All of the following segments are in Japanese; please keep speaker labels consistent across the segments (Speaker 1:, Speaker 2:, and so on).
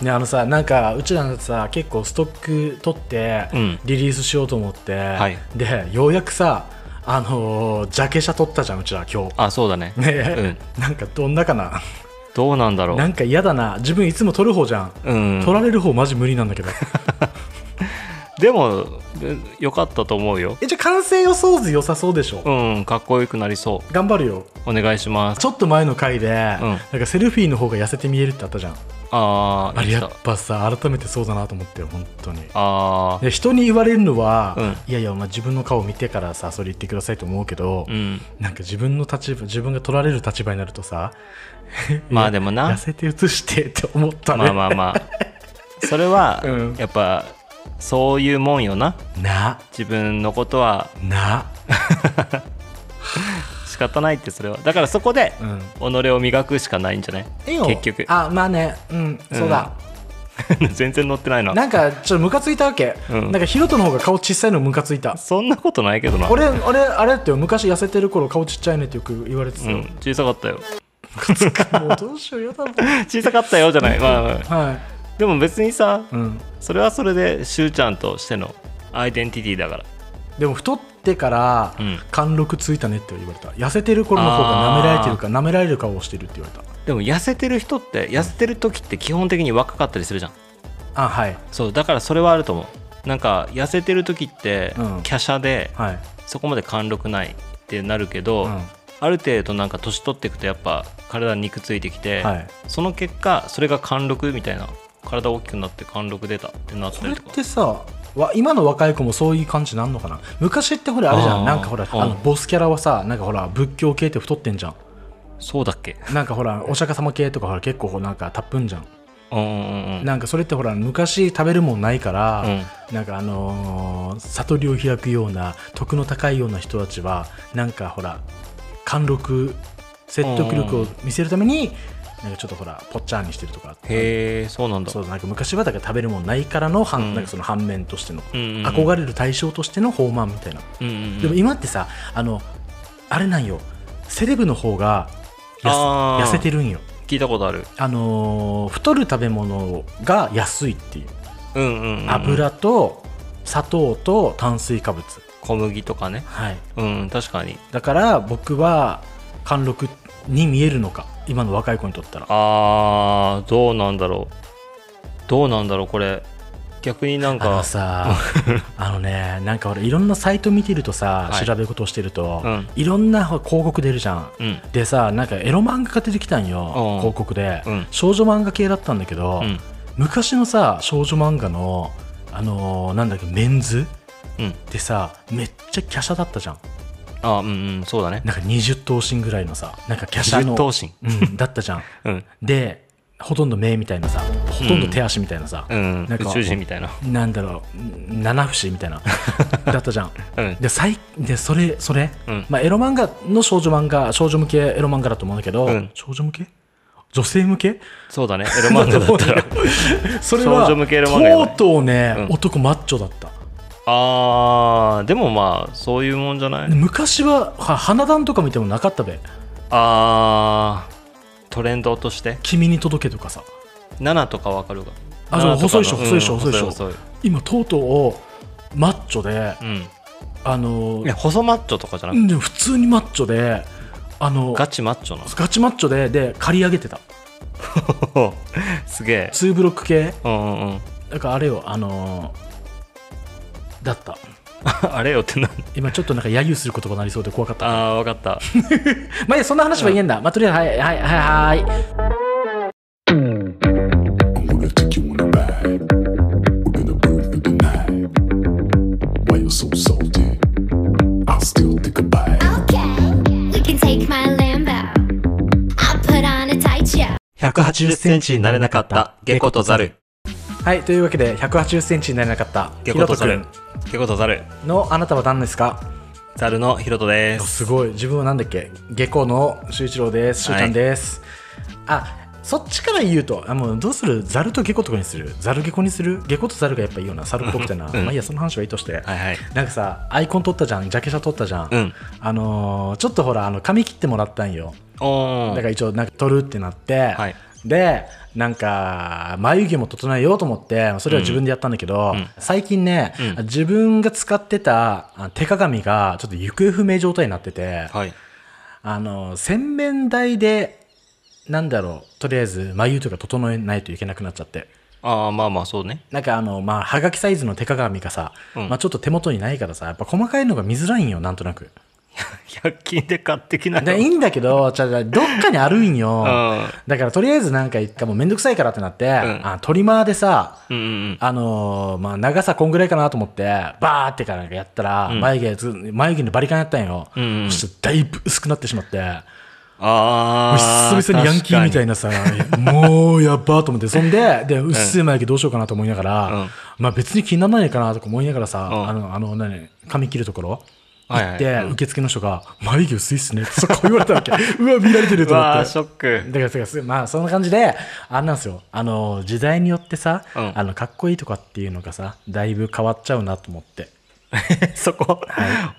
Speaker 1: ね、あのさなんかうちらのさ結構ストック取って
Speaker 2: うん
Speaker 1: リリースしようと思って、
Speaker 2: い
Speaker 1: でようやくさあのージャケ写撮ったじゃんうちら今
Speaker 2: あそうだね
Speaker 1: 日ね、なんかどんなかな
Speaker 2: どうなんだろ
Speaker 1: な
Speaker 2: うん
Speaker 1: か嫌だな自分いつも撮る方じゃん、
Speaker 2: うん
Speaker 1: 撮られる方マジ無理なんだけど
Speaker 2: でもうん良かったと思うよ
Speaker 1: えじゃあ完成予想図良さそうでしょ、
Speaker 2: うんかっこよくなりそ
Speaker 1: 頑張るよ
Speaker 2: うお願いします
Speaker 1: ちょっと前の回で、なんかセルフィーの方が痩せて見えるってあったじゃん
Speaker 2: あー
Speaker 1: あれ
Speaker 2: 言
Speaker 1: や
Speaker 2: って
Speaker 1: ったぱさ改めてそうだなと思ってよ本当に
Speaker 2: あ
Speaker 1: で人に言われるのは、
Speaker 2: うん
Speaker 1: いやいや、まあ、自分の顔を見てからさそれ言ってくださいと思うけど、
Speaker 2: ーうん
Speaker 1: なんか自分の立場自分が取られる立場になるとさ
Speaker 2: まあでも
Speaker 1: 痩
Speaker 2: な
Speaker 1: せて写してって思ったね、
Speaker 2: まあまあ まあそれは
Speaker 1: うん
Speaker 2: やっぱそういうもんよな
Speaker 1: な
Speaker 2: 自分のことは
Speaker 1: な、
Speaker 2: 仕方ないってそれはだからそこで
Speaker 1: うん、
Speaker 2: 己を磨くしかないんじゃない結局
Speaker 1: あまあねうんそうだ、
Speaker 2: 全然乗ってないな
Speaker 1: なんかちょっとムカついたわけ、
Speaker 2: うん
Speaker 1: なんかヒロトの方が顔小さいのムカついた
Speaker 2: そんなことないけどな
Speaker 1: 俺俺あれってよ昔痩せてる頃顔ちっちゃいねってよく言われてた
Speaker 2: う
Speaker 1: よ、
Speaker 2: ん小さかったよ
Speaker 1: もうどうしようやだもんは
Speaker 2: 小さかったよじゃないまあまあ
Speaker 1: い
Speaker 2: でも別にさ
Speaker 1: うん
Speaker 2: それはそれでしゅうちゃんとしてのアイデンティティだから
Speaker 1: でも太ってから
Speaker 2: うん
Speaker 1: 貫禄ついたねって言われた痩せてる頃の方が舐められてるか舐められる顔をしてるって言われた
Speaker 2: でも痩せてる人って痩せてる時って基本的に若かったりするじゃん
Speaker 1: あはい
Speaker 2: そうだからそれはあると思うなんか痩せてる時って
Speaker 1: うん
Speaker 2: 華奢で
Speaker 1: はい、
Speaker 2: そこまで貫禄ないってなるけど、
Speaker 1: うん
Speaker 2: ある程度なんか年取っていくとやっぱ体に肉ついてきて、
Speaker 1: はい、
Speaker 2: その結果それが貫禄みたいな体大きくなって貫禄出たってなっ
Speaker 1: こ
Speaker 2: た
Speaker 1: れ
Speaker 2: り
Speaker 1: っ
Speaker 2: とか
Speaker 1: てさわ今の若い子もそういう感じなんのかな昔ってほらあれじゃ
Speaker 2: あ
Speaker 1: ん
Speaker 2: ー
Speaker 1: なんかほらあの
Speaker 2: うん
Speaker 1: ボスキャラはさなんかほら仏教系って太ってんじゃん
Speaker 2: そうだっけ
Speaker 1: なんかほらお釈迦様系とかほら結構なんかたっぷんじゃん
Speaker 2: うんうんうん
Speaker 1: なんかそれってほら昔食べるもんないから、
Speaker 2: うん
Speaker 1: なんかあのー悟りを開くような徳の高いような人たちはなんかほら貫禄説得力を見せるために、なんかちょっとほらぽっちゃんにしてるとか
Speaker 2: へえそうなんだ
Speaker 1: そうなんか昔はだから食べるもんないからの反,、
Speaker 2: うん
Speaker 1: なんかその反面としての、
Speaker 2: うんうんうん
Speaker 1: 憧れる対象としての放慢みたいな、
Speaker 2: うんうんうん
Speaker 1: でも今ってさあのあれなんよセレブの方がや
Speaker 2: あー
Speaker 1: 痩せてるんよ
Speaker 2: 聞いたことある
Speaker 1: あのー太る食べ物が安いっていう
Speaker 2: うんうん、うん、
Speaker 1: 油と砂糖と炭水化物、
Speaker 2: 小麦とかね
Speaker 1: はい、
Speaker 2: うん確かに
Speaker 1: だから僕は貫禄に見えるのか今の若い子にとったら
Speaker 2: あーどうなんだろうどうなんだろうこれ逆になん
Speaker 1: あ
Speaker 2: か
Speaker 1: の さあのねなんか俺いろんなサイト見てるとさ、
Speaker 2: はい
Speaker 1: 調べ事をしてると、
Speaker 2: うん
Speaker 1: いろんな広告出るじゃん
Speaker 2: うん
Speaker 1: でさなんかエロ漫画が出てきたんよ
Speaker 2: うん
Speaker 1: 広告で、
Speaker 2: うん
Speaker 1: 少女漫画系だったんだけど、
Speaker 2: うん
Speaker 1: 昔のさ少女漫画のあのーなんだっけメンズ
Speaker 2: うん
Speaker 1: ってさめっちゃ華奢だったじゃん
Speaker 2: あうんうんそうだね
Speaker 1: なんか20頭身ぐらいのさなんか華奢
Speaker 2: 10
Speaker 1: の
Speaker 2: 頭身
Speaker 1: うん、だったじゃん
Speaker 2: うん
Speaker 1: でほとんど目みたいなさほとんど手足みたいなさ、
Speaker 2: うん
Speaker 1: なん
Speaker 2: 宇
Speaker 1: か
Speaker 2: 宙人みたいな
Speaker 1: なんだろうん七節みたい なだったじゃん
Speaker 2: うん
Speaker 1: で最でそれそれ、
Speaker 2: うん
Speaker 1: まあ、エロ漫画の少女漫画少女向けエロ漫画だと思うんだけど、
Speaker 2: うん
Speaker 1: 少女向け女性向け
Speaker 2: そうだねエロ漫画だったら
Speaker 1: それは
Speaker 2: 少女向けエロ漫画やばい
Speaker 1: とうとうね、
Speaker 2: うん
Speaker 1: 男マッチョだった
Speaker 2: あーでもまあそういうもんじゃない
Speaker 1: 昔はは花壇とか見てもなかったべ
Speaker 2: あートレンドとして
Speaker 1: 「君に届け」とかさ
Speaker 2: 7とかわかるか
Speaker 1: あそう
Speaker 2: 7とかの
Speaker 1: 細いっしょ細いっしょ
Speaker 2: うん
Speaker 1: 細いっしょ
Speaker 2: 細い
Speaker 1: 今とうとうマッチョで
Speaker 2: 細いうん
Speaker 1: あの
Speaker 2: いや細マッチョとかじゃな
Speaker 1: う
Speaker 2: くて
Speaker 1: んでも普通にマッチョであの
Speaker 2: ガチマッチョな
Speaker 1: ガチマッチョでで借り上げてた
Speaker 2: のすげえ
Speaker 1: 2ブロック系
Speaker 2: うんうんうん
Speaker 1: だからあれよあのーだった
Speaker 2: あれよってなん
Speaker 1: 今ちょっとなんか揶揄する言葉になりそうで怖かった
Speaker 2: あーわかった
Speaker 1: まあいいやそんな話は言えんだ、まあとりあえずはいはいはいはい
Speaker 3: I'm gonna take you on a ride. We're gonna burn through the night. Why you so salty? I'll still take a bite.
Speaker 4: Okay, you can take my Lambo. I'll put on a tight show.
Speaker 2: 180センチになれなかったゲコとザル
Speaker 1: はいというわけで1 8 0ンチになれなかったひ
Speaker 2: ゲコ
Speaker 1: ろ
Speaker 2: と
Speaker 1: と
Speaker 2: ザ
Speaker 1: く
Speaker 2: ル
Speaker 1: ん
Speaker 2: ゲコとザル
Speaker 1: のあなたは何ですか
Speaker 2: ザルのヒロトです
Speaker 1: すごい自分は何だっけ下校の修一郎です修
Speaker 2: はい
Speaker 1: ちゃんです、あそっちから言うとあもうどうするザルと下校とかにするザル下校にする下校とザルがやっぱいいよな猿っぽくてな、まあいいやその話はいいとして、
Speaker 2: はいはい
Speaker 1: なんかさアイコン撮ったじゃんジャケ写撮ったじゃん、
Speaker 2: うん
Speaker 1: あのーちょっとほらあの髪切ってもらったんよ
Speaker 2: お
Speaker 1: だ
Speaker 2: ー
Speaker 1: から一応なんか撮るってなって、
Speaker 2: はい
Speaker 1: でなんか眉毛も整えようと思ってそれは自分でやったんだけど、最近ね、自分が使ってたあ手鏡がちょっと行方不明状態になってて、
Speaker 2: はい。
Speaker 1: あの洗面台でなんだろうとりあえず眉とか整えないといけなくなっちゃって
Speaker 2: ああ、まあまあ、そうね。
Speaker 1: なんかあのまあはがきサイズの手鏡がさ、
Speaker 2: ん
Speaker 1: まあ、ちょっと手元にないからさやっぱ細かいのが見づらいんよなんとなく。
Speaker 2: 100均で買ってきな
Speaker 1: でいいんだけど、じゃあどっかにあるんよ。
Speaker 2: ん
Speaker 1: だからとりあえずなんか一回もうめんどくさいからってなって、
Speaker 2: ん
Speaker 1: あトリマーでさ、
Speaker 2: うんうん
Speaker 1: あのーまあ、長さこんぐらいかなと思って、バーってからなんかやったら、眉毛ず、眉毛のバリカンやったんよ。
Speaker 2: うんうん
Speaker 1: そしたらだいぶ薄くなってしまって、もう
Speaker 2: ああ。
Speaker 1: 久々にヤンキーみたい
Speaker 2: な。
Speaker 1: なさ、もうやっばーと思って、そんで、で、薄い眉毛どうしようかなと思いながら、
Speaker 2: うん
Speaker 1: まあ別に気にならないかなとか思いながらさ、
Speaker 2: うん
Speaker 1: あの、あの、何、髪切るところ
Speaker 2: はい
Speaker 1: 行
Speaker 2: は
Speaker 1: っ
Speaker 2: い
Speaker 1: て、受付の人が、眉毛薄いっすねってそこ言われたわけ。 うわ、見られてる
Speaker 2: う
Speaker 1: と思
Speaker 2: わ
Speaker 1: っ
Speaker 2: あ、
Speaker 1: て。
Speaker 2: ショック。
Speaker 1: だからだからすまあそんな感じであんなんですよあの時代によってさ、
Speaker 2: うん
Speaker 1: あのかっこいいとかっていうのがさだいぶ変わっちゃうなと思って
Speaker 2: そこ、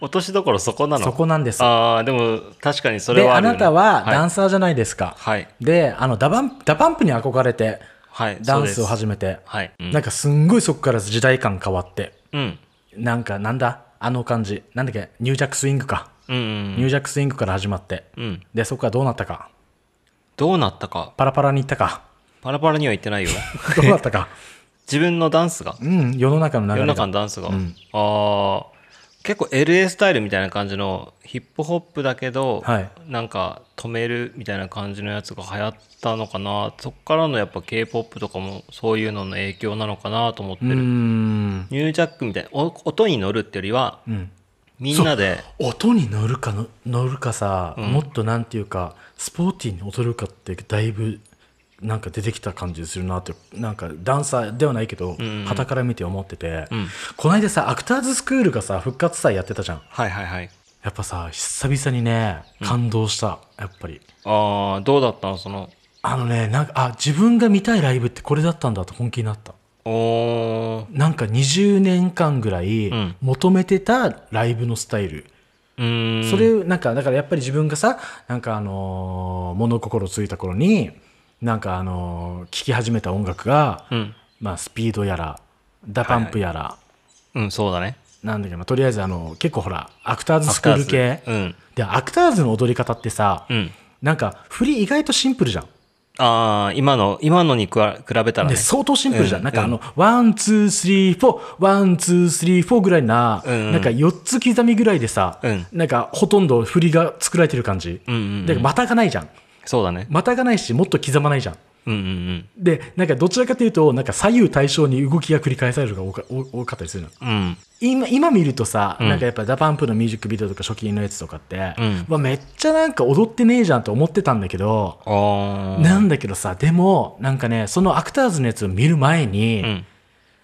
Speaker 2: 落としどころそこなの
Speaker 1: そこなんです
Speaker 2: ああ、でも確かにそれ
Speaker 1: で
Speaker 2: は
Speaker 1: あ
Speaker 2: るよ
Speaker 1: な
Speaker 2: ね
Speaker 1: たはダ
Speaker 2: はい
Speaker 1: ンサーじゃないですか、
Speaker 2: はい。
Speaker 1: であのダバンダパンプに憧れて
Speaker 2: はい。
Speaker 1: ダンスを
Speaker 2: そうです
Speaker 1: 始めて、
Speaker 2: はい。うん
Speaker 1: なんかすんごいそこから時代感変わって
Speaker 2: うん。
Speaker 1: なんかなんだあの感じなんだっけニュージャックスイングか、
Speaker 2: うんうん
Speaker 1: ニュージャックスイングから始まって
Speaker 2: うん。うん。
Speaker 1: でそこからどうなったか
Speaker 2: どうなったか。
Speaker 1: パラパラに行った か
Speaker 2: パラパラには言ってないよ。
Speaker 1: どうなったか
Speaker 2: 自分のダンスが。
Speaker 1: うん世の中の
Speaker 2: 世
Speaker 1: 流
Speaker 2: の
Speaker 1: れ
Speaker 2: 中
Speaker 1: が
Speaker 2: のダンスが。ああ。結構 LA スタイルみたいな感じのヒップホップだけど、
Speaker 1: はい
Speaker 2: なんか止めるみたいな感じのやつが流行ったのかなそっからのやっぱ K-POP とかもそういうのの影響なのかなと思って
Speaker 1: う
Speaker 2: る、
Speaker 1: ーん
Speaker 2: ニュージャックみたいなお音に乗るってよりは、
Speaker 1: ん
Speaker 2: みんなで
Speaker 1: 音に乗るかの乗るかさ、もっとなんていうかスポーティーに踊るかってだいぶなんか出てきた感じするなってなんかダンサーではないけど傍、から見て思ってて、この間さアクターズスクールがさ復活祭やってたじゃん
Speaker 2: はいはいはい
Speaker 1: やっぱさ久々にね感動した、やっぱり
Speaker 2: ああどうだったのその
Speaker 1: あのねなんかあ自分が見たいライブってこれだったんだと本気になった
Speaker 2: おー
Speaker 1: なんか20年間ぐらい
Speaker 2: ん
Speaker 1: 求めてたライブのスタイル、
Speaker 2: うーん
Speaker 1: それなんかだからやっぱり自分がさなんかあのー物心ついた頃になんかあのー聴き始めた音楽が、
Speaker 2: うん
Speaker 1: まあ、スピードやらダパンプやら、
Speaker 2: うんそうだね
Speaker 1: なんだけどまあとりあえずあの結構ほらアクターズスクール系
Speaker 2: アクターズうん
Speaker 1: でアクターズの踊り方ってさ、
Speaker 2: うん
Speaker 1: なんか振り意外とシンプルじゃん。
Speaker 2: ああ今の今のにくわ比べたら
Speaker 1: で
Speaker 2: ね
Speaker 1: 相当シンプルじゃん、
Speaker 2: うん
Speaker 1: なんかあのワンツースリーフォーワンツースリーフォーぐらいな、
Speaker 2: うん
Speaker 1: なんか4つ刻みぐらいでさ、
Speaker 2: うん
Speaker 1: なんかほとんど振りが作られてる感じ、
Speaker 2: うんうんうん
Speaker 1: でまたがないじゃん
Speaker 2: そうだね
Speaker 1: またがないしもっと刻まないじゃん
Speaker 2: うんうんうん
Speaker 1: でなんかどちらかというとなんか左右対称に動きが繰り返されるのが多か多多かったりするの
Speaker 2: うん
Speaker 1: 今今見るとさ、
Speaker 2: うん
Speaker 1: なんかやっぱダパンプのミュージックビデオとか初期のやつとかって、
Speaker 2: うん
Speaker 1: わめっちゃなんか踊ってねえじゃんと思ってたんだけど、
Speaker 2: ああ
Speaker 1: なんだけどさでもなんかねそのアクターズのやつを見る前に、
Speaker 2: うん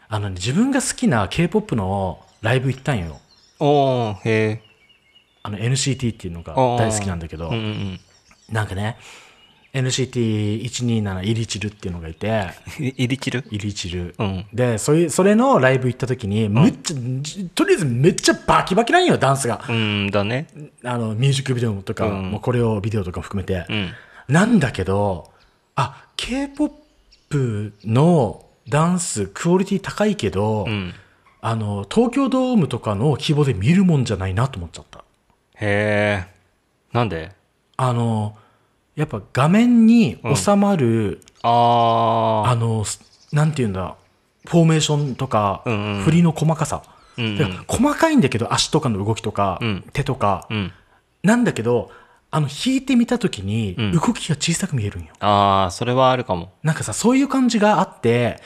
Speaker 1: あのね自分が好きな k p o p のライブ行ったんよ
Speaker 2: おーへえ
Speaker 1: あの NCT っていうのが
Speaker 2: おー
Speaker 1: 大好きなんだけど、
Speaker 2: うんうんうん
Speaker 1: なんかね NCT127 イリチルっていうのがい て
Speaker 2: い入りきる
Speaker 1: イリチル、
Speaker 2: うん
Speaker 1: でそれそれのライブ行った時にめっちゃ、じとりあえずめっちゃバキバキなんよダンスが、
Speaker 2: うんだね
Speaker 1: あのミュージックビデオとか、
Speaker 2: うん
Speaker 1: もうこれをビデオとかも含めて、
Speaker 2: うん
Speaker 1: なんだけどあ k p o p のダンスクオリティ高いけど、
Speaker 2: うん
Speaker 1: あの東京ドームとかの規模で見るもんじゃないなと思っちゃった
Speaker 2: へえなんで
Speaker 1: あのやっぱ画面に収まる、
Speaker 2: あ
Speaker 1: あの、すなんていうんだ、フォーメーションとか、
Speaker 2: うんうん
Speaker 1: 振りの細かさ。
Speaker 2: あうんう
Speaker 1: だから
Speaker 2: ん
Speaker 1: 細かいんだけど、足とかの動きとか、
Speaker 2: うん
Speaker 1: 手とか、
Speaker 2: うん
Speaker 1: なんだけど、あの、弾いてみたときに、
Speaker 2: ん
Speaker 1: 動きが小さく見えるんよ。
Speaker 2: ああそれはあるかも
Speaker 1: なんかさ、そういう感じがあって、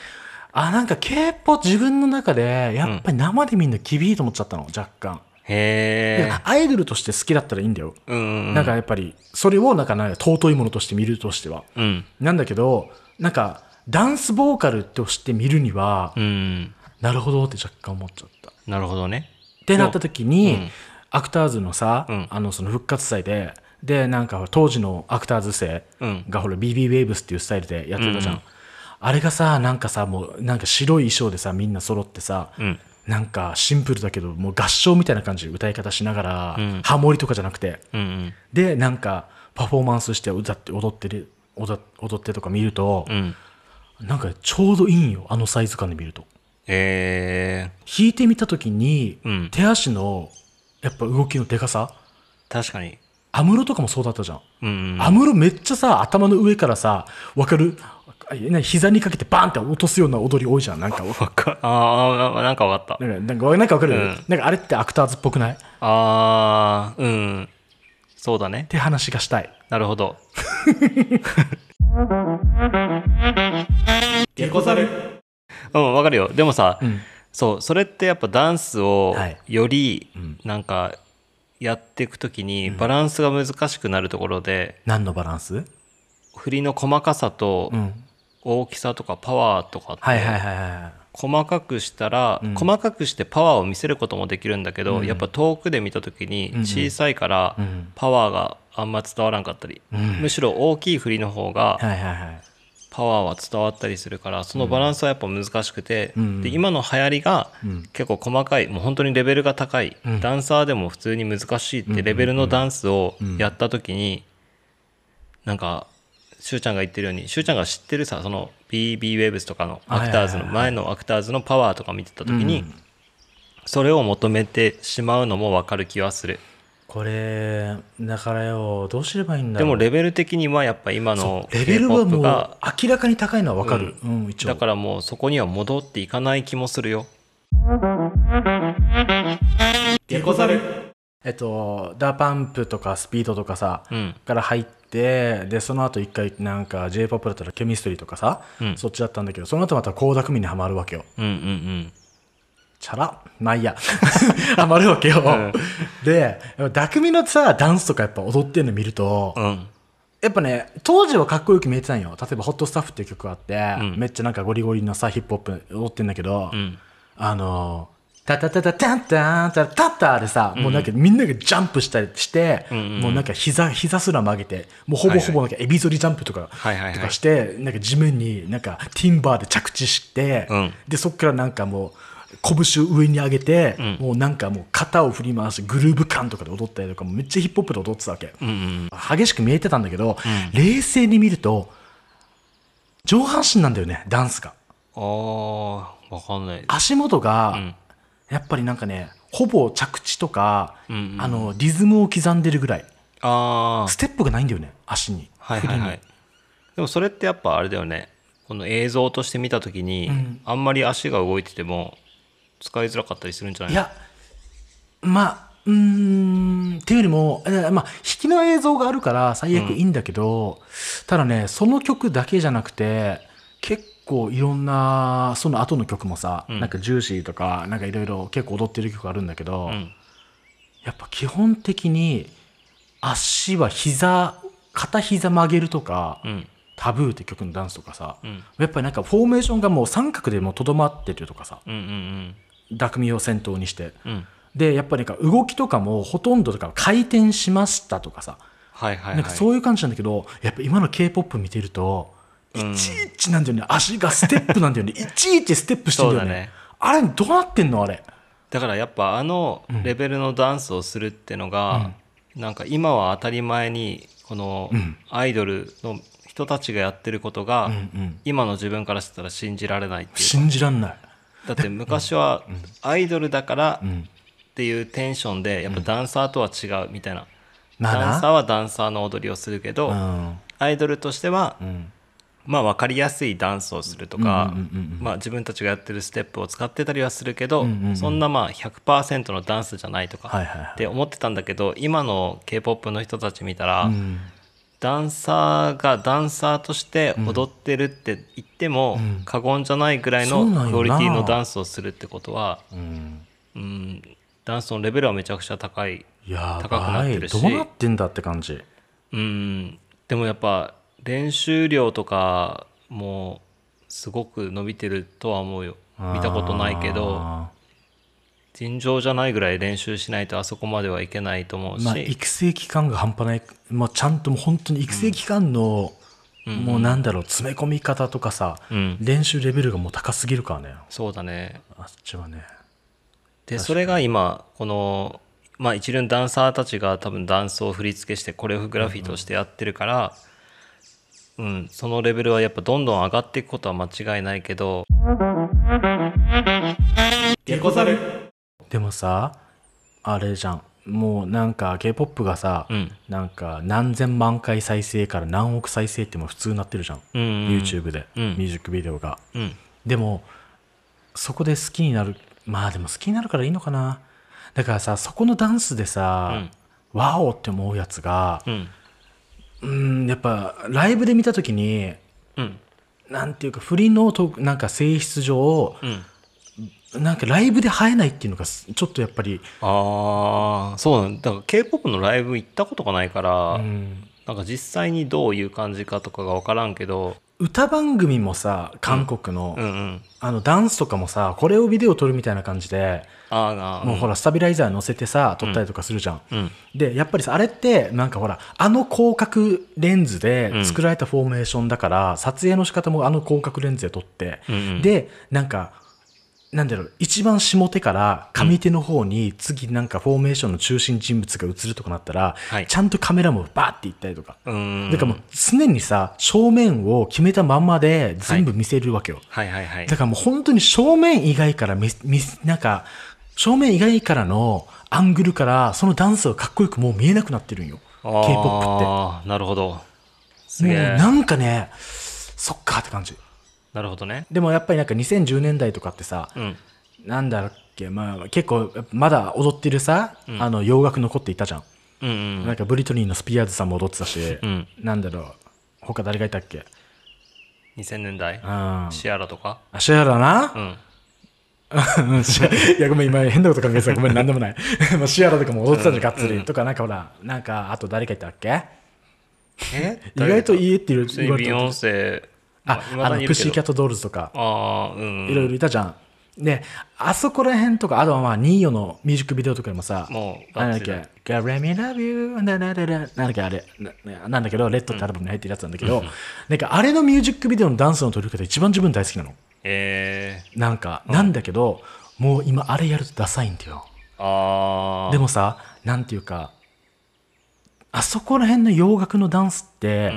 Speaker 1: あ、なんか K-POP 自分の中で、やっぱり生で見るの厳しいと思っちゃったの、若干。
Speaker 2: へえ
Speaker 1: でアイドルとして好きだったらいいんだよ。
Speaker 2: うんうんうん
Speaker 1: なんかやっぱり、それをなんかなんか尊いものとして見るとしては。
Speaker 2: うん
Speaker 1: なんだけど、なんか、ダンスボーカルとして見るには、
Speaker 2: うん
Speaker 1: なるほどって若干思っちゃった。っ
Speaker 2: なるほどね
Speaker 1: てなった時に、
Speaker 2: うん
Speaker 1: アクターズのさ、
Speaker 2: うん
Speaker 1: あのその復活祭で、で、なんか当時のアクターズ生
Speaker 2: うん
Speaker 1: がほら BB ウェーブスっていうスタイルでやってたじゃん。
Speaker 2: うん
Speaker 1: あれがさ、なんかさ、もうなんか白い衣装でさ、みんな揃ってさ、
Speaker 2: うん
Speaker 1: なんかシンプルだけど、もう合唱みたいな感じで歌い方しながら、
Speaker 2: うん
Speaker 1: ハモリとかじゃなくて、
Speaker 2: うんうん
Speaker 1: で、なんかパフォーマンスして歌って踊ってる、踊踊ってとか見ると
Speaker 2: う、ん。
Speaker 1: なんかちょうどいいんよあのサイズ感で見ると
Speaker 2: え
Speaker 1: 弾いてみた時に、
Speaker 2: うん
Speaker 1: 手足のやっぱ動きのでかさ
Speaker 2: ー、確かに。
Speaker 1: アムロとかもそうだったじゃん、
Speaker 2: うん。
Speaker 1: アムロめっちゃさ頭の上からさわかるあいやな膝にかけてバーンって落とすような踊り多いじゃん なんかわ
Speaker 2: わかああ、なんかわかった
Speaker 1: な。んかなんかなんかわかる、
Speaker 2: うん
Speaker 1: なんかあれってアクターズっぽくないっ
Speaker 2: ああ、うん。そうだね。
Speaker 1: て話がしたい
Speaker 2: なる ほど。
Speaker 1: デコザル
Speaker 2: うん、わかるよ。でもさ、
Speaker 1: ん
Speaker 2: そう、それってやっぱダンスを
Speaker 1: はい
Speaker 2: より
Speaker 1: ん、
Speaker 2: なんか、やっていくときにバランスが難しくなるところで、
Speaker 1: 何のバランス
Speaker 2: 振りの細かさと
Speaker 1: うん
Speaker 2: 大きさとかパワーとかって
Speaker 1: はいはいはいはい
Speaker 2: 細かくしたら、
Speaker 1: ん
Speaker 2: 細かくしてパワーを見せることもできるんだけど、やっぱ遠くで見た時に
Speaker 1: ん
Speaker 2: 小さいから
Speaker 1: うん
Speaker 2: パワーがあんま伝わらんかったり、
Speaker 1: ん
Speaker 2: むしろ大きい振りの方が
Speaker 1: はいはいはい
Speaker 2: パワーは伝わったりするからそのバランスはやっぱ難しくて、
Speaker 1: うん
Speaker 2: で今の流行りが
Speaker 1: ん
Speaker 2: 結構細かいもう本当にレベルが高い、
Speaker 1: うん
Speaker 2: ダンサーでも普通に難しいってレベルのダンスを
Speaker 1: ん
Speaker 2: やった時に、なんかしゅうちゃんが言ってるようにしゅうちゃんが知ってるさその BBWaves とかのアクターズ
Speaker 1: はいはいは
Speaker 2: の
Speaker 1: いはい
Speaker 2: 前のアクターズのパワーとか見てた時
Speaker 1: う
Speaker 2: に、
Speaker 1: ん
Speaker 2: それを求めてしまうのも分かる気はする
Speaker 1: これだからよどうすればいいんだ
Speaker 2: で
Speaker 1: ろう
Speaker 2: もレベル的にはやっぱ今の
Speaker 1: レベルはも
Speaker 2: K-POP
Speaker 1: う
Speaker 2: が
Speaker 1: 明らかに高いのはわかる、うん一応
Speaker 2: だからもうそこには戻っていかない気もするよ
Speaker 1: えっとダパンプとかスピードとかさ、
Speaker 2: うん
Speaker 1: から入ってでその後一回なんか j p o p だったらケミストリーとかさ、
Speaker 2: うん
Speaker 1: そっちだったんだけどその後また倖田來未にはまるわけよ
Speaker 2: うんうんうん
Speaker 1: チャラまあいいや はまるわけよ、
Speaker 2: ん
Speaker 1: でやっぱ匠のさダンスとかやっぱ踊ってるの見ると、
Speaker 2: うん。
Speaker 1: やっぱね当時はかっこよく見えてたんよ例えば「ホットスタッフ」っていう曲があって、
Speaker 2: ん
Speaker 1: めっちゃなんかゴリゴリのさヒップホップ踊ってんだけど、
Speaker 2: うん。
Speaker 1: あのタタタタタンタンタタッタでさ、もうなんかみんながジャンプしたりして、
Speaker 2: んうん
Speaker 1: もうなんか膝膝すら曲げてもうほぼほぼなんかエビ反りジャンプとか,、
Speaker 2: はいはいはい
Speaker 1: とかして、なんか地面になんかティンバーで着地して、
Speaker 2: うん
Speaker 1: でそっからなんかもう拳を上に上げて、もうなんかもう肩を振り回してグルーヴ感とかで踊ったりとかもうめっちゃヒップホップで踊ってたわけ、
Speaker 2: うんうん。
Speaker 1: 激しく見えてたんだけど、冷静に見ると上半身なんだよねダンスが
Speaker 2: ああ、わかんない。
Speaker 1: 足元が、
Speaker 2: ん
Speaker 1: やっぱりなんかねほぼ着地とか、
Speaker 2: んうん
Speaker 1: あのリズムを刻んでるぐらい
Speaker 2: ああ
Speaker 1: ス。テップがないんだよね足に、
Speaker 2: はいはいはい。でもそれってやっぱあれだよね。この映像として見たときに、あんまり足が動いてても使いづらかったりするんじゃない
Speaker 1: いやまあうーんっていうよりも、えまあ、弾きの映像があるから最悪いいんだけど、ただねその曲だけじゃなくて結構いろんなその後の曲もさ、なんかジューシーとかなんかいろいろ結構踊ってる曲あるんだけど、
Speaker 2: ん
Speaker 1: やっぱ基本的に足は膝片膝曲げるとか、
Speaker 2: うん。
Speaker 1: タブーって曲のダンスとかさ、
Speaker 2: ん
Speaker 1: やっぱりなんかフォーメーションがもう三角でもうとどまってるとかさ
Speaker 2: うんうん
Speaker 1: 匠を先頭にして、
Speaker 2: うん。うん。
Speaker 1: でやっぱりなんか動きとかもほとんどとか回転しましたとかさ、
Speaker 2: はいはいはい。
Speaker 1: なんかそういう感じなんだけどやっぱ今の k p o p 見てるといちいちなんだよね、足がステップなんだ よねいちいちステップしてるんだよね
Speaker 2: そうだね
Speaker 1: あれどうなってんのあれ
Speaker 2: だからやっぱあのレベルのダンスをするってのが、なんか今は当たり前にこのアイドルの人たちがやってることが、今の自分からしたら信じられないっていうか
Speaker 1: 信じらんない
Speaker 2: だって昔はアイドルだからっていうテンションでやっぱダンサーとは違うみたいな、
Speaker 1: まあな
Speaker 2: ダンサーはダンサーの踊りをするけど、
Speaker 1: うん
Speaker 2: アイドルとしては、まあ分かりやすいダンスをするとか、まあ、自分たちがやってるステップを使ってたりはするけど、そんなまあ100%のダンスじゃないと
Speaker 1: はい
Speaker 2: か
Speaker 1: はいはい
Speaker 2: って思ってたんだけど今の k p o p の人たち見たら、ダンサーがダンサーとして踊ってるって言っても過言じゃないぐらい
Speaker 1: そうなんよ
Speaker 2: の
Speaker 1: な
Speaker 2: クオリティのダンスをするってことは、うん、ダンスのレベルはめちゃくちゃ高い
Speaker 1: や
Speaker 2: 高くな
Speaker 1: ば
Speaker 2: っ
Speaker 1: い
Speaker 2: てるし
Speaker 1: どうなってんだって感じ
Speaker 2: うんでもやっぱ練習量とかもすごく伸びてるとは思うよ見たことないけど
Speaker 1: あ
Speaker 2: 尋常じゃないぐらい練習しないとあそこまではいけないと思う
Speaker 1: ー
Speaker 2: し、
Speaker 1: まあ、育成期間が半端ない、まあ、ちゃんともう本当に育成期間の、もうなんだろう詰め込み方とかさ、
Speaker 2: うん
Speaker 1: 練習レベルがもう高すぎるからね
Speaker 2: そうだね
Speaker 1: あっちはね
Speaker 2: でそれが今この、まあ、一流のダンサーたちが多分ダンスを振り付けしてコレオグラフィーとしてやってるから、うん、そのレベルはやっぱどんどん上がっていくことは間違いないけど
Speaker 1: でもさあれじゃんもうなんか k p o p がさ、
Speaker 2: うん
Speaker 1: なんか何千万回再生から何億再生ってもう普通になってるじゃん、
Speaker 2: うんうん
Speaker 1: YouTube で、
Speaker 2: うん
Speaker 1: ミュージックビデオが
Speaker 2: うん
Speaker 1: でもそこで好きになるまあでも好きになるからいいのかなだからさそこのダンスでさ、ワオって思うやつが
Speaker 2: うん
Speaker 1: うんやっぱライブで見た時に
Speaker 2: うん
Speaker 1: なんていうか振りのとなんか性質上
Speaker 2: うん
Speaker 1: なんかライブで映えないっていうのがすちょっとやっぱり、
Speaker 2: ああそうなんだだから k p o p のライブ行ったことがないから、
Speaker 1: うん
Speaker 2: なんか実際にどういう感じかとかが分からんけど
Speaker 1: 歌番組もさ韓国の,、
Speaker 2: うんうん
Speaker 1: あのダンスとかもさこれをビデオ撮るみたいな感じで、
Speaker 2: あーあー
Speaker 1: もうほらスタビライザー乗せてさ撮ったりとかするじゃん、
Speaker 2: うん
Speaker 1: でやっぱりさあれってなんかほらあの広角レンズで作られたフォーメーションだから、撮影の仕方もあの広角レンズで撮って、
Speaker 2: うんうん
Speaker 1: でなんかなんだろう一番下手から上手の方に次なんかフォーメーションの中心人物が映るとかなったら、
Speaker 2: はい
Speaker 1: ちゃんとカメラもバーっていったりとか、
Speaker 2: うん
Speaker 1: だからもう常にさ正面を決めたまんまで全部見せるわけよ、
Speaker 2: はいはいはい
Speaker 1: だからもう本当に正面以外から見、見、なんか、正面以外からのアングルから、そのダンスがかっこよくもう見えなくなってるんよ。K-POP っ
Speaker 2: ああなるほどす
Speaker 1: て。
Speaker 2: げ
Speaker 1: もう
Speaker 2: え
Speaker 1: なんかね、そっかって感じ。
Speaker 2: なるほどね
Speaker 1: でもやっぱりなんか2010年代とかってさ、
Speaker 2: うん
Speaker 1: なんだっけ、まあ結構まだ踊ってるさ、あの洋楽残っていたじゃん。
Speaker 2: うんうん
Speaker 1: なんかブリトニーのスピアーズさんも踊ってたし、
Speaker 2: うん
Speaker 1: なんだろう、他誰がいたっけ。
Speaker 2: 2000年代
Speaker 1: うん。
Speaker 2: シアラとか
Speaker 1: あ、シェアラな
Speaker 2: う。ん
Speaker 1: うんシア いやごめん今変なこと考え てたごめん何でもない まあシアラとかも踊ってたじゃんがっつりとかなんかほらなんかあと誰かいたっけ
Speaker 2: え
Speaker 1: 意外といいって言わ
Speaker 2: 普通に
Speaker 1: れ
Speaker 2: ビ
Speaker 1: て
Speaker 2: ヨン
Speaker 1: た
Speaker 2: セ
Speaker 1: あ
Speaker 2: ま
Speaker 1: あ
Speaker 2: 未だ
Speaker 1: の
Speaker 2: にい
Speaker 1: プ
Speaker 2: る
Speaker 1: ッシーキ
Speaker 2: け
Speaker 1: ャッ
Speaker 2: ど
Speaker 1: トドールズとか
Speaker 2: ああう
Speaker 1: い
Speaker 2: ん
Speaker 1: ろいろいたじゃんであそこら辺とかあとはまあニーヨのミュージックビデオとかでもさ
Speaker 2: もう
Speaker 1: なん
Speaker 2: が
Speaker 1: だ
Speaker 2: っ
Speaker 1: っ
Speaker 2: つりだ
Speaker 1: け「g o Let Me Love You」なんだっけなんだっけあれななんだけどレッドってアルバムに入ってるやつなんだけど、なんかあれのミュージックビデオのダンスの撮り方一番自分大好きなの
Speaker 2: ええ
Speaker 1: なんか、なんだけどもう今あれやるとダサいんだよ
Speaker 2: ああ
Speaker 1: でもさなんていうかあそこら辺の洋楽のダンスって、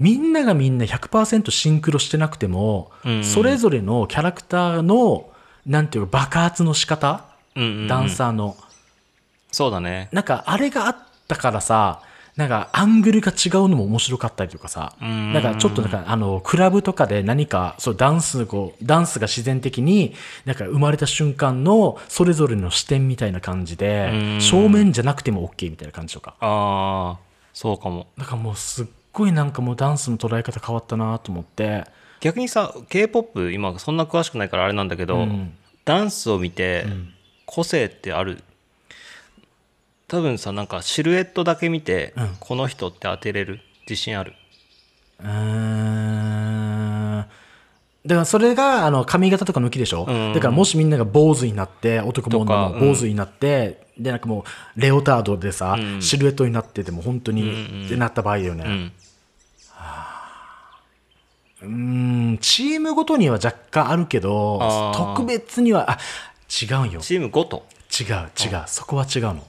Speaker 1: みんながみんな100%シンクロしてなくても、
Speaker 2: うんうん
Speaker 1: それぞれのキャラクターのなんていうか爆発の仕方、
Speaker 2: うんうんうん
Speaker 1: ダンサーの
Speaker 2: そうだね
Speaker 1: なんかあれがあったからさなんかアングルが違うのも面白かったりとかさ、
Speaker 2: んうんうん
Speaker 1: なんかちょっとなんかあのクラブとかで何かそうダンスこうダンスが自然的になんか生まれた瞬間のそれぞれの視点みたいな感じで、
Speaker 2: うん
Speaker 1: 正面じゃなくても OK みたいな感じとか
Speaker 2: ああそうかも
Speaker 1: だからもうすっごいなんかもうダンスの捉え方変わったなと思って
Speaker 2: 逆にさ k p o p 今そんな詳しくないからあれなんだけど、
Speaker 1: ん
Speaker 2: ダンスを見て個性ってある、多分さなんかシルエットだけ見て、
Speaker 1: うん
Speaker 2: この人って当てれる自信ある
Speaker 1: うーんだからそれがあの髪型とか抜きでしょ、
Speaker 2: うん
Speaker 1: だからもしみんなが坊主になって男も女
Speaker 2: と
Speaker 1: も
Speaker 2: かうん
Speaker 1: 坊主になって、でなんかもうレオタードでさ、
Speaker 2: うん
Speaker 1: シルエットになってても本当に、
Speaker 2: うん
Speaker 1: ってなった場合だよ
Speaker 2: う
Speaker 1: ね
Speaker 2: ん
Speaker 1: うーんチームごとには若干あるけど
Speaker 2: あー
Speaker 1: 特別にはあ違うんよ
Speaker 2: チームごと
Speaker 1: 違う違うそこは違うの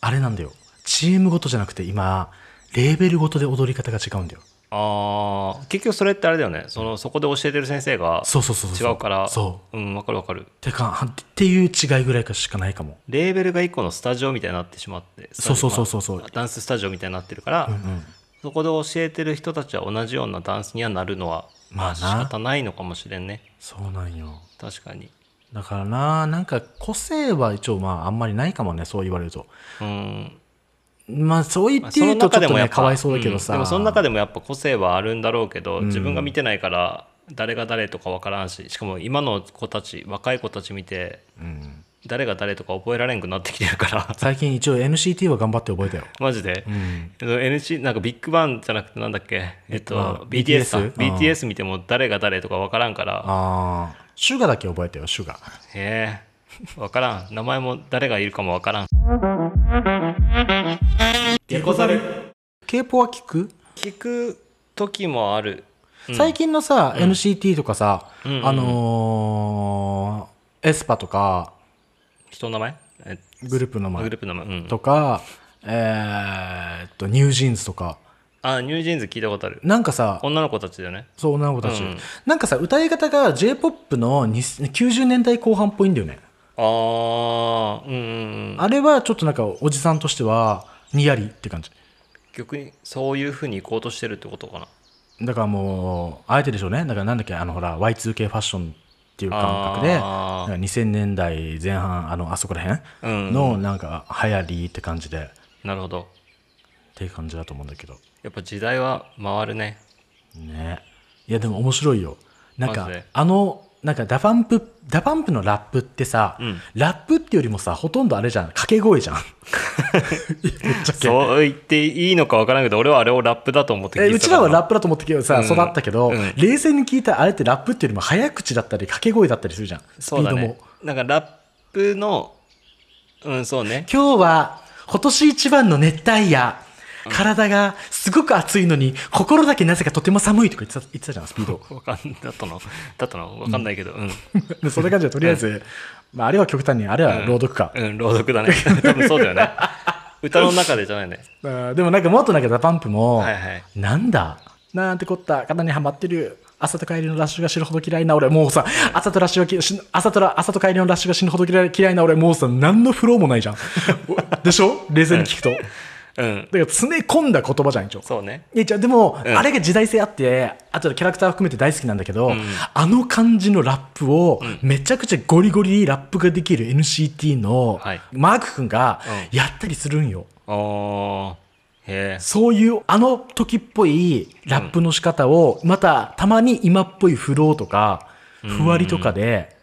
Speaker 1: あれなんだよチームごとじゃなくて今レーベルごとで踊り方が違うんだよ
Speaker 2: あー結局それってあれだよねそのそこで教えてる先生が
Speaker 1: そうそうそうそう
Speaker 2: 違うから、
Speaker 1: そう
Speaker 2: ん、分かる分かる
Speaker 1: てかはっていう違いぐらいかしかないかも
Speaker 2: レーベルが一個のスタジオみたいになってしまってスタジオ
Speaker 1: そうそうそうそうそう
Speaker 2: まあダンススタジオみたいになってるから、そこで教えてる人たちは同じようなダンスにはなるのは
Speaker 1: まあな
Speaker 2: 仕方ないのかもしれんね
Speaker 1: そうなんよ
Speaker 2: 確かに
Speaker 1: だからななんか個性は一応まああんまりないかもねそう言われると
Speaker 2: うん
Speaker 1: まあそう言
Speaker 2: まあ
Speaker 1: って言うとちょっと
Speaker 2: や
Speaker 1: ね
Speaker 2: っぱ
Speaker 1: かわいそうだけどさ、
Speaker 2: うんでもその中でもやっぱ個性はあるんだろうけど、自分が見てないから誰が誰とか分からんししかも今の子たち若い子たち見て、誰が誰とか覚えられんくなってきてるから
Speaker 1: 最近一応 NCT は頑張って覚えたよ
Speaker 2: マジで、あの NC なんかビッグバンじゃなくてなんだっけえっと
Speaker 1: ビッ
Speaker 2: BTS さ
Speaker 1: BTS あー
Speaker 2: BTS 見ても誰が誰とか分からんから
Speaker 1: ああシュガだけ覚えたよシュガ
Speaker 2: へえ分からん名前も誰がいるかも分からん
Speaker 1: ケーポは聞く、
Speaker 2: 聞く時もある
Speaker 1: 最近のさ、NCT とかさ、あのーエスパとか
Speaker 2: 人の名前え
Speaker 1: グループの前
Speaker 2: グループの名前、うん、
Speaker 1: とか、えーっとニュージーンズとか
Speaker 2: あニュージーンズ聞いたことある
Speaker 1: なんかさ
Speaker 2: 女の子たちだよね
Speaker 1: そう女の子たち、
Speaker 2: うん
Speaker 1: なんかさ歌い方が j p o p のに90年代後半っぽいんだよね、
Speaker 2: ああうんうんうん
Speaker 1: あれはちょっとなんかおじさんとしてはにやりって感じ
Speaker 2: 逆にそういうふうに行こうとしてるってことかな
Speaker 1: だからもうあえてでしょうねだからなんだっけあのほら Y2K ファッションっていう感覚でだ
Speaker 2: あー
Speaker 1: から2000年代前半あのあそこら
Speaker 2: うんう
Speaker 1: 辺
Speaker 2: ん
Speaker 1: のなんか流行りって感じで、っ
Speaker 2: なるほど
Speaker 1: ていう感じだと思うんだけど
Speaker 2: やっぱ時代は回るね
Speaker 1: ねいやでも面白いよなんか
Speaker 2: マジで
Speaker 1: あのなんかダパンプダパンプのラップってさ、
Speaker 2: ん
Speaker 1: ラップってよりもさほとんどあれじゃん掛け声 じゃんぶっちゃけ
Speaker 2: そう言っていいのかわからんけど俺はあれをラップだと思って
Speaker 1: えうちらはラッ
Speaker 2: プ
Speaker 1: プだと思ってけどさ、
Speaker 2: うん
Speaker 1: 育ったけど、
Speaker 2: うん
Speaker 1: 冷静に聞いたらあれってラップっていうよりも早口だったり掛け声だったりするじゃんスピ
Speaker 2: そう
Speaker 1: ー
Speaker 2: だ
Speaker 1: ドも、
Speaker 2: ねなんかラップのうんそうね
Speaker 1: 今日は今年一番の熱帯夜体がすごく暑いのに心だけなぜかとても寒いとか言ってた言ってたじゃんスピー ド
Speaker 2: わかんだったのだったのわかんないけどうん
Speaker 1: でそんな感じでとりあえず、まあ、あれは極端にあれは朗読か、
Speaker 2: うん朗読だね 多分そうだよね歌の中でじゃないね
Speaker 1: あーでもなんかもっとなんかダパンプも、
Speaker 2: はいはい
Speaker 1: なんだなんてこった肩にはまってる朝と帰りのラッシュが死ぬほど嫌いな俺もうさ朝とラッシュがきし朝とら朝と帰りのラッシュが死ぬほど嫌い嫌いな俺もうさ何のフローもないじゃん おでしょ冷静に聞くとだか
Speaker 2: うん
Speaker 1: ら詰め込んだ言葉じゃん一応
Speaker 2: そうね
Speaker 1: いやじゃあでも、
Speaker 2: うん
Speaker 1: あれが時代性あってあとキャラクター含めて大好きなんだけど、あの感じのラップを、めちゃくちゃゴリゴリラップができる NCT の、
Speaker 2: はい
Speaker 1: マーク君が
Speaker 2: う
Speaker 1: やったりするんよ、
Speaker 2: ああへえ
Speaker 1: そういうあの時っぽいラップの仕方を、またたまに今っぽいフローとか、ふわりとかで、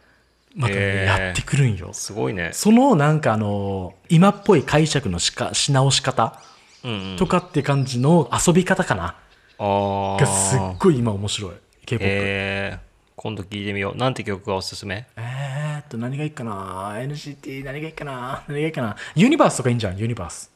Speaker 1: またね
Speaker 2: へー
Speaker 1: やってくるんよ。
Speaker 2: すごいね
Speaker 1: そのなんかあの、今っぽい解釈のしか、し直し方
Speaker 2: うんうん
Speaker 1: とかって感じの遊び方かな。
Speaker 2: あ
Speaker 1: がすっ
Speaker 2: あ
Speaker 1: ごい今面白い。K-POP。え
Speaker 2: へえ今度聞いてみようなんて曲がおすすめ
Speaker 1: ーっと、何がいいかな ?NCT 何がいいかな何がいいかなユニバースとかいいんじゃんユニバース。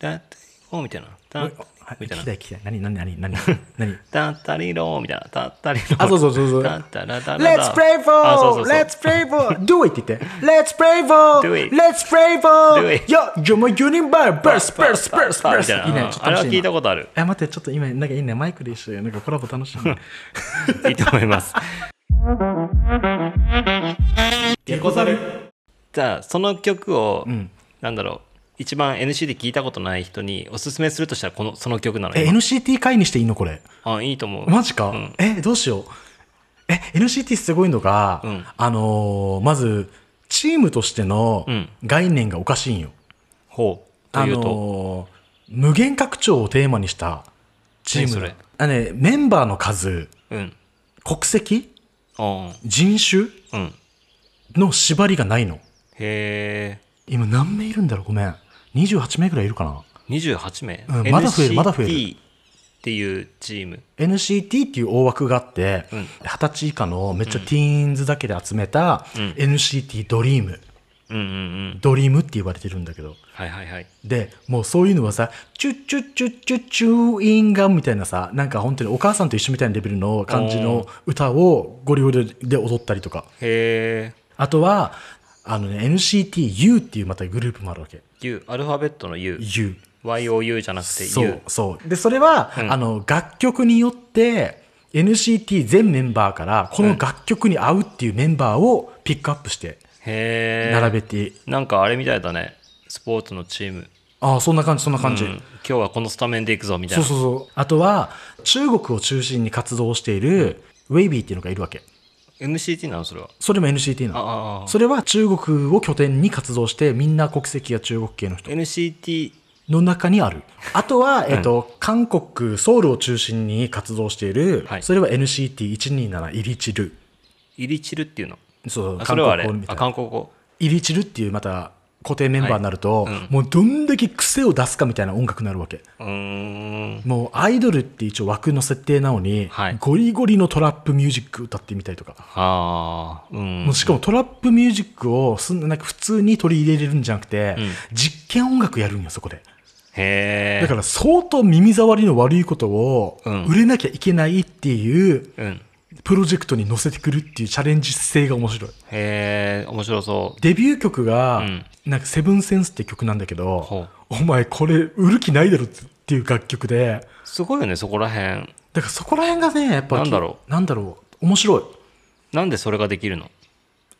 Speaker 2: だってこうみたいな
Speaker 1: は
Speaker 2: だ
Speaker 1: い、聞
Speaker 2: み
Speaker 1: き
Speaker 2: たい
Speaker 1: た
Speaker 2: ない
Speaker 1: 聞きたい。何何何 何何
Speaker 2: だったりろーみたいなだったりろー
Speaker 1: あ、そうそうそうそう。
Speaker 2: だったらだらだ
Speaker 1: Let's pray
Speaker 2: あそ
Speaker 1: for!
Speaker 2: うそうそう
Speaker 1: Let's pray for! Do it! って言って。Let's pray for!
Speaker 2: Do it.
Speaker 1: Let's pray for!
Speaker 2: Do it.
Speaker 1: Yo! You're my universe! Burst! Burst!
Speaker 2: バース
Speaker 1: Burst!
Speaker 2: バー
Speaker 1: Burst!
Speaker 2: スバース
Speaker 1: いい
Speaker 2: みたい
Speaker 1: ね
Speaker 2: な。
Speaker 1: ちょっと
Speaker 2: あれは
Speaker 1: 楽し
Speaker 2: 聞
Speaker 1: いな
Speaker 2: いたことある
Speaker 1: え、待って、ちょっと今、なんかいいね。マイクで一緒よ。なんかコラボ楽しい ね。
Speaker 2: いいと思います
Speaker 1: ゲコザル
Speaker 2: じゃあその曲を、
Speaker 1: ん
Speaker 2: なんだろう一番 NC で聞いたことない人におすすめするとしたらこのその曲なの
Speaker 1: え、
Speaker 2: よ
Speaker 1: NCT 会にしていいのこれ。
Speaker 2: あいいと思う
Speaker 1: マジか、
Speaker 2: うん
Speaker 1: え、どうしよう。え、NCT すごいのが、
Speaker 2: うん
Speaker 1: あのーまず、チームとしての
Speaker 2: うん
Speaker 1: 概念がおかしいんよ。
Speaker 2: ほうと
Speaker 1: あ
Speaker 2: いうと、
Speaker 1: のー無限拡張をテーマにしたチーム
Speaker 2: 何それ
Speaker 1: あのね、メンバーの数
Speaker 2: うん
Speaker 1: 国籍
Speaker 2: あ
Speaker 1: 人種
Speaker 2: ーうん
Speaker 1: の縛りがないの
Speaker 2: へえ
Speaker 1: 今何名いるんだろうごめん28名ぐらいいるかな
Speaker 2: 28名、
Speaker 1: うんまだ増えるまだ増える
Speaker 2: NCT っていうチーム
Speaker 1: NCT っていう大枠があって、
Speaker 2: ん
Speaker 1: 二十歳以下のめっちゃティーンズだけで集めた NCT ドリーム、
Speaker 2: うんうんうん
Speaker 1: ドリームって言われてるんだけど
Speaker 2: はいはいはい
Speaker 1: でもうそういうのはさチュッチュッチュッチュッチューインガンみたいなさなんか本当にお母さんと一緒みたいなレベルの感じの歌をゴリゴリで踊ったりとか
Speaker 2: へえ
Speaker 1: あとはあの、ね、NCTU っていうまたグループもあるわけ
Speaker 2: U アルファベットの
Speaker 1: U
Speaker 2: UYOU じゃなくて U
Speaker 1: そうそうでそれは、あの楽曲によって NCT 全メンバーからこの楽曲に合うっていうメンバーをピックアップして
Speaker 2: へえ
Speaker 1: 並べて、
Speaker 2: なんかあれみたいだねスポーツのチーム、
Speaker 1: ああそんな感じそんな感じ、
Speaker 2: うん今日はこのスタメンでいくぞみた
Speaker 1: そう
Speaker 2: いな
Speaker 1: そうそうあとは中国を中心に活動しているウェイビーっていうのがいるわけ
Speaker 2: NCT なのそれは
Speaker 1: それも NCT なの
Speaker 2: ああ
Speaker 1: それは中国を拠点に活動してみんな国籍が中国系の人
Speaker 2: NCT
Speaker 1: の中にあるあとは、えっと韓国ソウルを中心に活動している、
Speaker 2: はい
Speaker 1: それは NCT127 イリチル
Speaker 2: イリチルっていうの
Speaker 1: そう
Speaker 2: あそれはあれ
Speaker 1: 韓国語みた
Speaker 2: あ
Speaker 1: いな
Speaker 2: 韓国語
Speaker 1: イリチルっていうまた固定メンバーになると、
Speaker 2: はいうん
Speaker 1: もうどんだけ癖を出すかみたいな音楽になるわけ
Speaker 2: うーん
Speaker 1: もうアイドルって一応枠の設定なのに、
Speaker 2: はい
Speaker 1: ゴリゴリのトラップミュージック歌ってみたりとか、
Speaker 2: はあうん
Speaker 1: もうしかもトラップミュージックをすんなんか普通に取り入れれるんじゃなくて、
Speaker 2: ん
Speaker 1: 実験音楽やるんよそこで
Speaker 2: へえ
Speaker 1: だから相当耳障りの悪いことを
Speaker 2: うん
Speaker 1: 売れなきゃいけないっていう
Speaker 2: うん
Speaker 1: プロジェクトに乗せてくるっていうチャレンジ性が面白い
Speaker 2: へえ面白そう
Speaker 1: デビュー曲が
Speaker 2: ん
Speaker 1: 「なんかセブンセンスって曲なんだけど
Speaker 2: ほう
Speaker 1: お前これ売る気ないだろってっていう楽曲で、
Speaker 2: すごいよねそこら辺
Speaker 1: だからそこら辺がね、やっぱ、
Speaker 2: なんだろ
Speaker 1: う。なんだろう。面白い。
Speaker 2: なんでそれができるの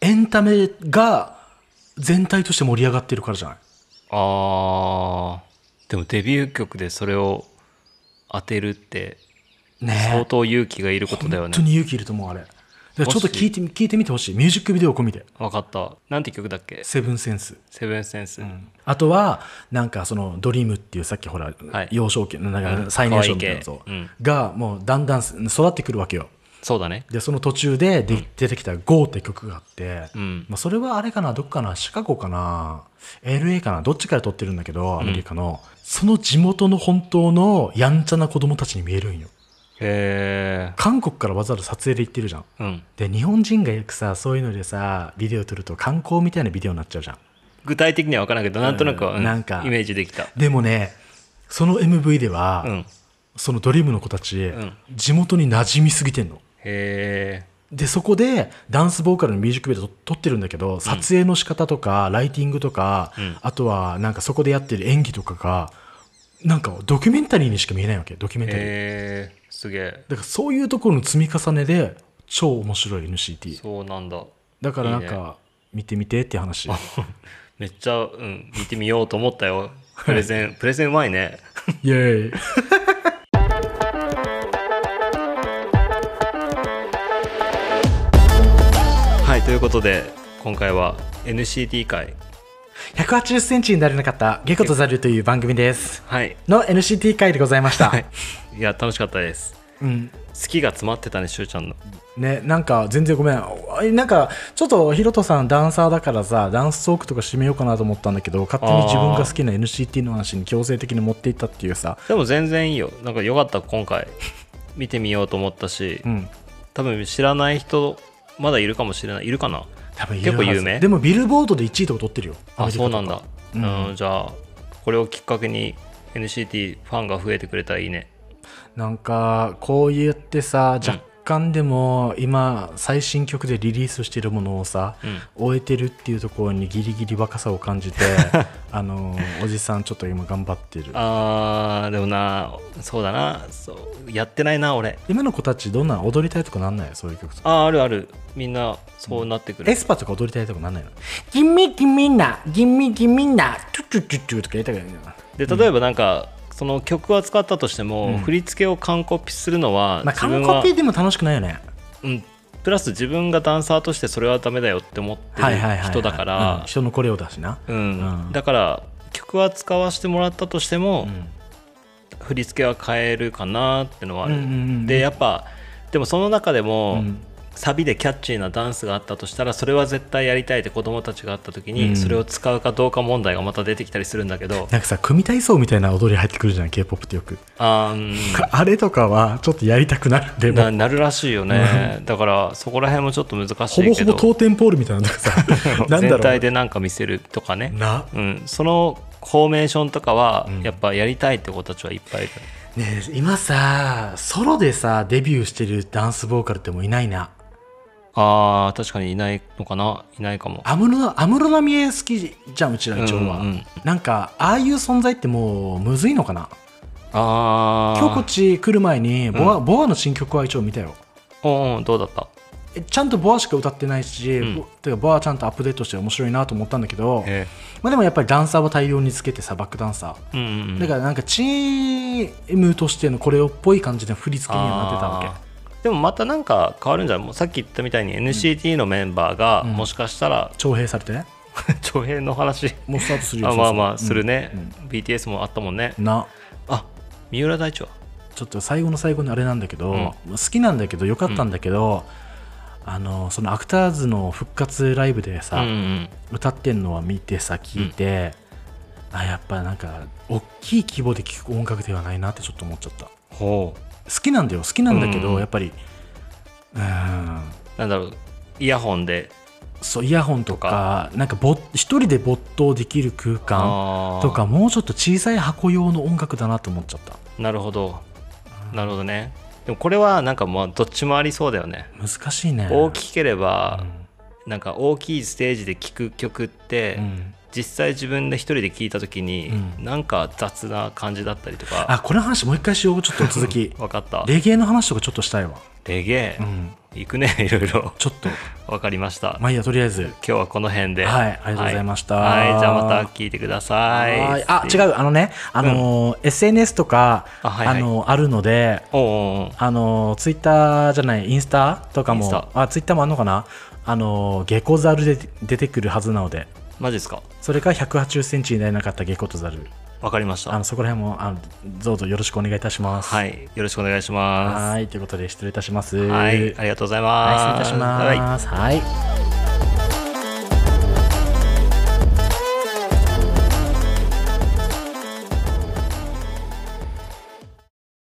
Speaker 1: エンタメが全体として盛り上がってるからじゃない。
Speaker 2: あーでもデビュー曲でそれを当てるって
Speaker 1: ね
Speaker 2: 相当勇気がいることだよ
Speaker 1: 本
Speaker 2: ね
Speaker 1: 当に勇気いると思う、あれ。だからちょっと聞いてみ聞いてみてほしい。ミュージックビデオ込みで。
Speaker 2: 分かったなんて曲だっけ
Speaker 1: セブンセンス。
Speaker 2: セブンセンス、
Speaker 1: あとは、なんかそのドリームっていうさっきほら、
Speaker 2: はい
Speaker 1: 幼少期のなん
Speaker 2: うん
Speaker 1: か最年少みたいなやつ
Speaker 2: 可愛い
Speaker 1: を
Speaker 2: 系うん
Speaker 1: がもうだんだん育ってくるわけよ。
Speaker 2: そうだね
Speaker 1: で、その途中でで出てきた GO って曲があって、
Speaker 2: うん
Speaker 1: まあ、それはあれかな、どっかな、シカゴかな、LA かな、どっちから撮ってるんだけど、アメリカの、その地元の本当のやんちゃな子供たちに見えるんよ。
Speaker 2: へ
Speaker 1: 韓国からわざわざ撮影で行ってるじゃん。
Speaker 2: えうん
Speaker 1: で、日本人がよくさ、そういうのでさ、ビデオ撮ると観光みたいなビデオになっちゃうじゃん。
Speaker 2: 具体的には分からないけどなんとなくは、
Speaker 1: うんなんか
Speaker 2: イメージできた
Speaker 1: でもね、その MV では、
Speaker 2: うんへ
Speaker 1: そのドリームの子たち、
Speaker 2: ん
Speaker 1: 地元に馴染みすぎてんの。
Speaker 2: え
Speaker 1: で、そこでダンスボーカルのミュージックビデオと撮ってるんだけど、撮影の仕方とか、ライティングとか、
Speaker 2: ん
Speaker 1: あとはなんかそこでやってる演技とかが、なんかドキュメンタリーにしか見えないわけ、ドキュメンタリー。
Speaker 2: へえすげえ
Speaker 1: だからそういうところの積み重ねで、超面白い NCT。
Speaker 2: そうなんだ
Speaker 1: だからなんか、
Speaker 2: いいね
Speaker 1: 見てみてって 話。
Speaker 2: めっちゃ、うん、見てみようと思ったよプレゼンプレゼンうまいね
Speaker 1: イェーイ。
Speaker 2: はいということで今回は NCT 会
Speaker 1: 180センチになれなかった、ゲコとザルという番組です。
Speaker 2: はい
Speaker 1: の NCT 会でございました。
Speaker 2: はいいや楽しかったです
Speaker 1: うん、
Speaker 2: 好きが詰まってたねしゅうちゃんの
Speaker 1: ね、なんか全然ごめんおいなんかちょっとヒロトさんダンサーだからさダンストークとかしてみようかなと思ったんだけど勝手に自分が好きな NCT の話に強制的に持っていったっていうさ、
Speaker 2: でも全然いいよなんかよかった今回見てみようと思ったし、
Speaker 1: うん、
Speaker 2: 多分知らない人まだいるかもしれないいるかな
Speaker 1: 多分いる
Speaker 2: 結構
Speaker 1: はず
Speaker 2: 有名
Speaker 1: でもビルボードで1位とか取ってるよアメ
Speaker 2: あ
Speaker 1: リ
Speaker 2: そ
Speaker 1: カ
Speaker 2: う
Speaker 1: とか
Speaker 2: なんだ、う
Speaker 1: うん
Speaker 2: んじゃあこれをきっかけに NCT ファンが増えてくれたらいいね
Speaker 1: なんかこう言ってさ若干でも今最新曲でリリースしてるものをさ、終えてるっていうところにギリギリ若さを感 じてあのおじさんちょっと今頑張ってる
Speaker 2: あーでもなそうだなそうやってないな俺
Speaker 1: 今の子たちどんな踊りたいとかなんないそういう曲とか
Speaker 2: あーあるあるみんなそうなってくる、
Speaker 1: エスパとか踊りたいとかなんないのギミギミな、ギミギミな、チュチュチュチュとかやりたくないんだな。
Speaker 2: で例えばなんか、その曲は使ったとしても、振り付けを完コピするのは
Speaker 1: まあ、
Speaker 2: 自
Speaker 1: 完
Speaker 2: 分
Speaker 1: コ
Speaker 2: は、
Speaker 1: ピでも楽しくないよね。
Speaker 2: うん、プラス自分がダンサーとしてそれはダメだよって思ってる
Speaker 1: はいはいはいはい。
Speaker 2: 人だか
Speaker 1: うん
Speaker 2: ら
Speaker 1: 人のこれを出しな。
Speaker 2: うん
Speaker 1: うん
Speaker 2: だから曲は使わせてもらったとしても、振り付けは変えるかなってのはある、
Speaker 1: うんうんうん
Speaker 2: でやっぱでもその中でも、
Speaker 1: ん
Speaker 2: サビでキャッチーなダンスがあったとしたらそれは絶対やりたいって子供たちがあった時に、
Speaker 1: うん
Speaker 2: それを使うかどうか問題がまた出てきたりするんだけ ど
Speaker 1: なんかさ、組体操みたいな踊り入ってくるじゃん、K-POP ってよく。
Speaker 2: あーうん
Speaker 1: あれとかはちょっとやりたくなる。で
Speaker 2: な
Speaker 1: も、
Speaker 2: なるらしいよねだからそこら辺もちょっと難し
Speaker 1: ほ
Speaker 2: い
Speaker 1: ぼ
Speaker 2: け
Speaker 1: ほ
Speaker 2: ど
Speaker 1: ぼ当店ポールみたいなのとかさ、な んだ
Speaker 2: 全
Speaker 1: ろ
Speaker 2: 体
Speaker 1: う。
Speaker 2: でなんか見せるとかね
Speaker 1: な。
Speaker 2: うん、そのフォーメーションとかはやっぱやりたいって子たちはいっぱいいる、
Speaker 1: ねえ今さ、ソロでさ、デビューしてるダンスボーカルってもういないな。
Speaker 2: ああ確かにいないのかないないかも
Speaker 1: 安室安室奈美恵好きじゃん、うちら一応は。
Speaker 2: うんうんうん
Speaker 1: なんか、ああいう存在ってもうむずいのかな
Speaker 2: ああ
Speaker 1: 今日こっち来る前にボア,、ボアの新曲は一応見たよ
Speaker 2: うんうんどうだった
Speaker 1: えちゃんとボアしか歌ってないし、
Speaker 2: ん
Speaker 1: ボてかボアはちゃんとアップデートして面白いなと思ったんだけど、
Speaker 2: え
Speaker 1: まあ、でもやっぱりダンサーは大量につけてさバックダンサ
Speaker 2: えうんうんう
Speaker 1: ー
Speaker 2: ん
Speaker 1: だからなんかチームとしてのこれをっぽい感じの振り付けにはなってたわ
Speaker 2: あーでもまたなんか変わるんじゃないもうさっき言ったみたいに NCT のメンバーが
Speaker 1: ん
Speaker 2: もしかし たら
Speaker 1: け徴兵されてね
Speaker 2: 長編の話
Speaker 1: もうスタートするよ
Speaker 2: あまあまあする
Speaker 1: ね、
Speaker 2: ね、
Speaker 1: うん
Speaker 2: BTS もあったもんね、
Speaker 1: うんな
Speaker 2: あ三浦大知は
Speaker 1: ちょっと最後の最後にあれなんだけど、
Speaker 2: うん
Speaker 1: まあ好きなんだけどよかったんだけど、あのそのアクターズの復活ライブでさ、
Speaker 2: うんうん
Speaker 1: 歌ってんのは見てさ聞いて、あやっぱなんか大きい規模で聴く音楽ではないなってちょっと思っちゃった
Speaker 2: ほう
Speaker 1: 好きなんだよ好きなんだけど、
Speaker 2: うん
Speaker 1: やっぱりうーん
Speaker 2: なんだろうイヤホンで
Speaker 1: そうイヤホンとかなんかぼ一人で没頭できる空間
Speaker 2: あー
Speaker 1: とかもうちょっと小さい箱用の音楽だなと思っちゃった
Speaker 2: なるほどなるほどねでもこれはなんかもうどっちもありそうだよね
Speaker 1: 難しいね
Speaker 2: 大きければなんか大きいステージで聴く曲って、
Speaker 1: ん
Speaker 2: 実際自分で一人で聴いた時に、なんか雑な感じだったりとか
Speaker 1: あこの話もう一回しようちょっと続 き
Speaker 2: 分かったレ
Speaker 1: レゲエの話とかちょっとしたいわ
Speaker 2: ゲエ、行くね いろいろ
Speaker 1: ちょっと
Speaker 2: 分かりました、
Speaker 1: まあいいやとりあえず
Speaker 2: 今日はこの辺で
Speaker 1: はいありがとうございました
Speaker 2: はい、はいじゃあまた聞いてください
Speaker 1: はいあ違うあのねあのー SNS とか
Speaker 2: あはいはい
Speaker 1: あのーあるので
Speaker 2: おうおうおう
Speaker 1: あのツイッター Twitter じゃないインスタとか
Speaker 2: インス
Speaker 1: も
Speaker 2: タ
Speaker 1: あツイッターもあんのかなあの下戸ザルで出てくるはずなので
Speaker 2: マジですか
Speaker 1: それか1 8 0センチになれなかった下戸とザル
Speaker 2: 分かりました
Speaker 1: あのそこら辺もあのどうぞよろしくお願いいたします
Speaker 2: はいよろしくお願いします
Speaker 1: はいということで失礼いたします
Speaker 2: はい、ありがとうござい
Speaker 1: はい
Speaker 2: ます。
Speaker 1: 失礼いたしますはい